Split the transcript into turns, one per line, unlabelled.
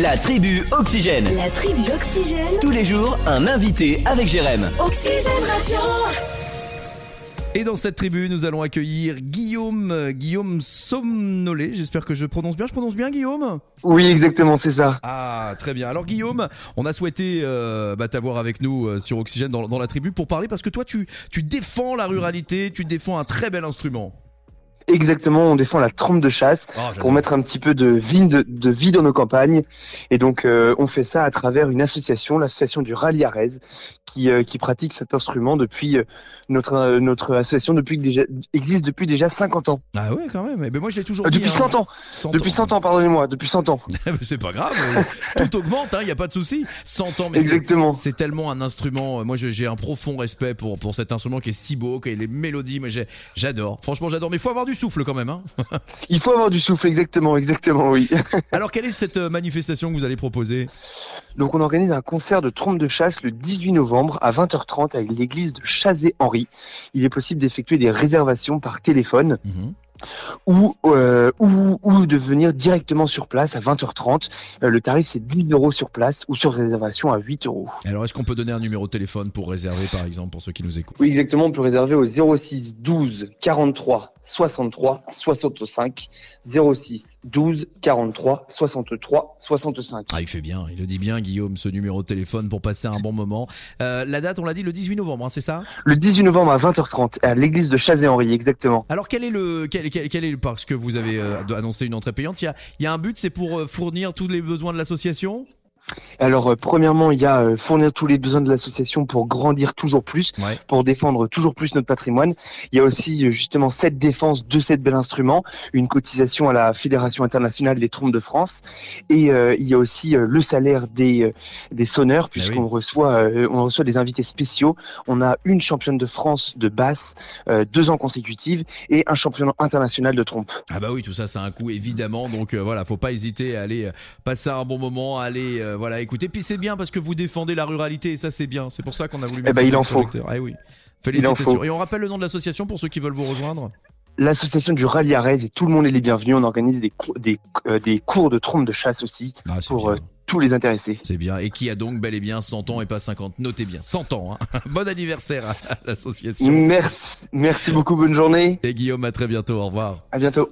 La tribu Oxygène.
La tribu Oxygène.
Tous les jours, un invité avec Jérém.
Oxygène Radio.
Et dans cette tribu, nous allons accueillir Guillaume, euh, Guillaume Somnolé. J'espère que je prononce bien. Je prononce bien, Guillaume
Oui, exactement, c'est ça.
Ah, très bien. Alors, Guillaume, on a souhaité euh, bah, t'avoir avec nous euh, sur Oxygène dans, dans la tribu pour parler parce que toi, tu, tu défends la ruralité, tu défends un très bel instrument.
Exactement, on défend la trompe de chasse
Oh, j'adore.
pour mettre un petit peu de vie, de, de vie dans nos campagnes. Et donc, euh, on fait ça à travers une association, l'association du Rallye Arès, qui, euh, qui pratique cet instrument depuis euh, notre, euh, notre association depuis que déjà, existe depuis déjà 50 ans.
Ah ouais, quand même. Eh ben, moi, je l'ai toujours
Euh,
dit,
depuis
hein.
100 ans
100
Depuis 100 ans, pardonnez-moi, depuis 100 ans.
C'est pas grave. euh, Tout augmente, il n'y a pas de souci. 100 ans, mais c'est-
Exactement.
C'est tellement un instrument. euh, Moi, je- j'ai un profond respect pour, pour cet instrument qui est si beau, qui a les mélodies. Moi, j'ai- j'adore. Franchement, j'adore. Mais faut avoir du souffle quand même. Hein.
Il faut avoir du souffle, exactement, exactement, oui.
Alors, quelle est cette euh, manifestation que vous allez proposer
Donc on organise un concert de trompe de chasse le 18 novembre à 20h30 avec l'église de Chazé-Henri. Il est possible d'effectuer des réservations par téléphone ou, euh, ou, ou de venir directement sur place à 20h30. Euh, le tarif c'est 10 euros sur place ou sur réservation à 8 euros.
Alors, est-ce qu'on peut donner un numéro de téléphone pour réserver, par exemple, pour ceux qui nous écoutent
Oui exactement, on peut réserver au 06 12 43 63 65 06 12 43 63 65.
Ah, il fait bien. Il le dit bien, Guillaume, ce numéro de téléphone pour passer un bon moment. Euh, la date, on l'a dit, le 18 novembre, hein, c'est ça
Le 18 novembre à 20h30 à l'église de Chazé-Henri exactement.
Alors quel est le quel, quel, quel est le- parce que vous avez euh, annoncé une entrée payante, il y a, il y a un but, c'est pour euh, fournir tous les besoins de l'association.
Alors euh, premièrement, il y a euh, fournir tous les besoins de l'association pour grandir toujours plus,
Ouais.
pour défendre toujours plus notre patrimoine. Il y a aussi euh, justement cette défense de cet bel instrument, une cotisation à la Fédération internationale des trompes de France, et euh, il y a aussi euh, le salaire des euh, des sonneurs puisqu'on reçoit euh, on reçoit des invités spéciaux. On a une championne de France de basse euh, deux ans consécutives et un championnat international de trompe.
Ah bah oui, tout ça ça a un coût évidemment. Donc euh, voilà, faut pas hésiter à aller euh, passer un bon moment, à aller euh, voilà, écouter. Puis c'est bien parce que vous défendez la ruralité et ça c'est bien. C'est pour ça qu'on a voulu mettre
ben,
ça
il
dans
en
le
faut.
projecteur. Ah oui.
Il en faut.
Félicitations. Et on rappelle le nom de l'association pour ceux qui veulent vous rejoindre.
L'association du Rallye Arès et tout le monde est les bienvenus. On organise des cours, des, euh, des cours de trompe de chasse aussi.
Ah, c'est
Pour,
bien.
euh, tous les intéressés.
C'est bien. Et qui a donc bel et bien 100 ans et pas 50. Notez bien, 100 ans. hein. bon anniversaire à à l'association.
Mm. Merci, merci beaucoup, bonne journée,
Et Guillaume, à très bientôt. Au revoir.
à bientôt.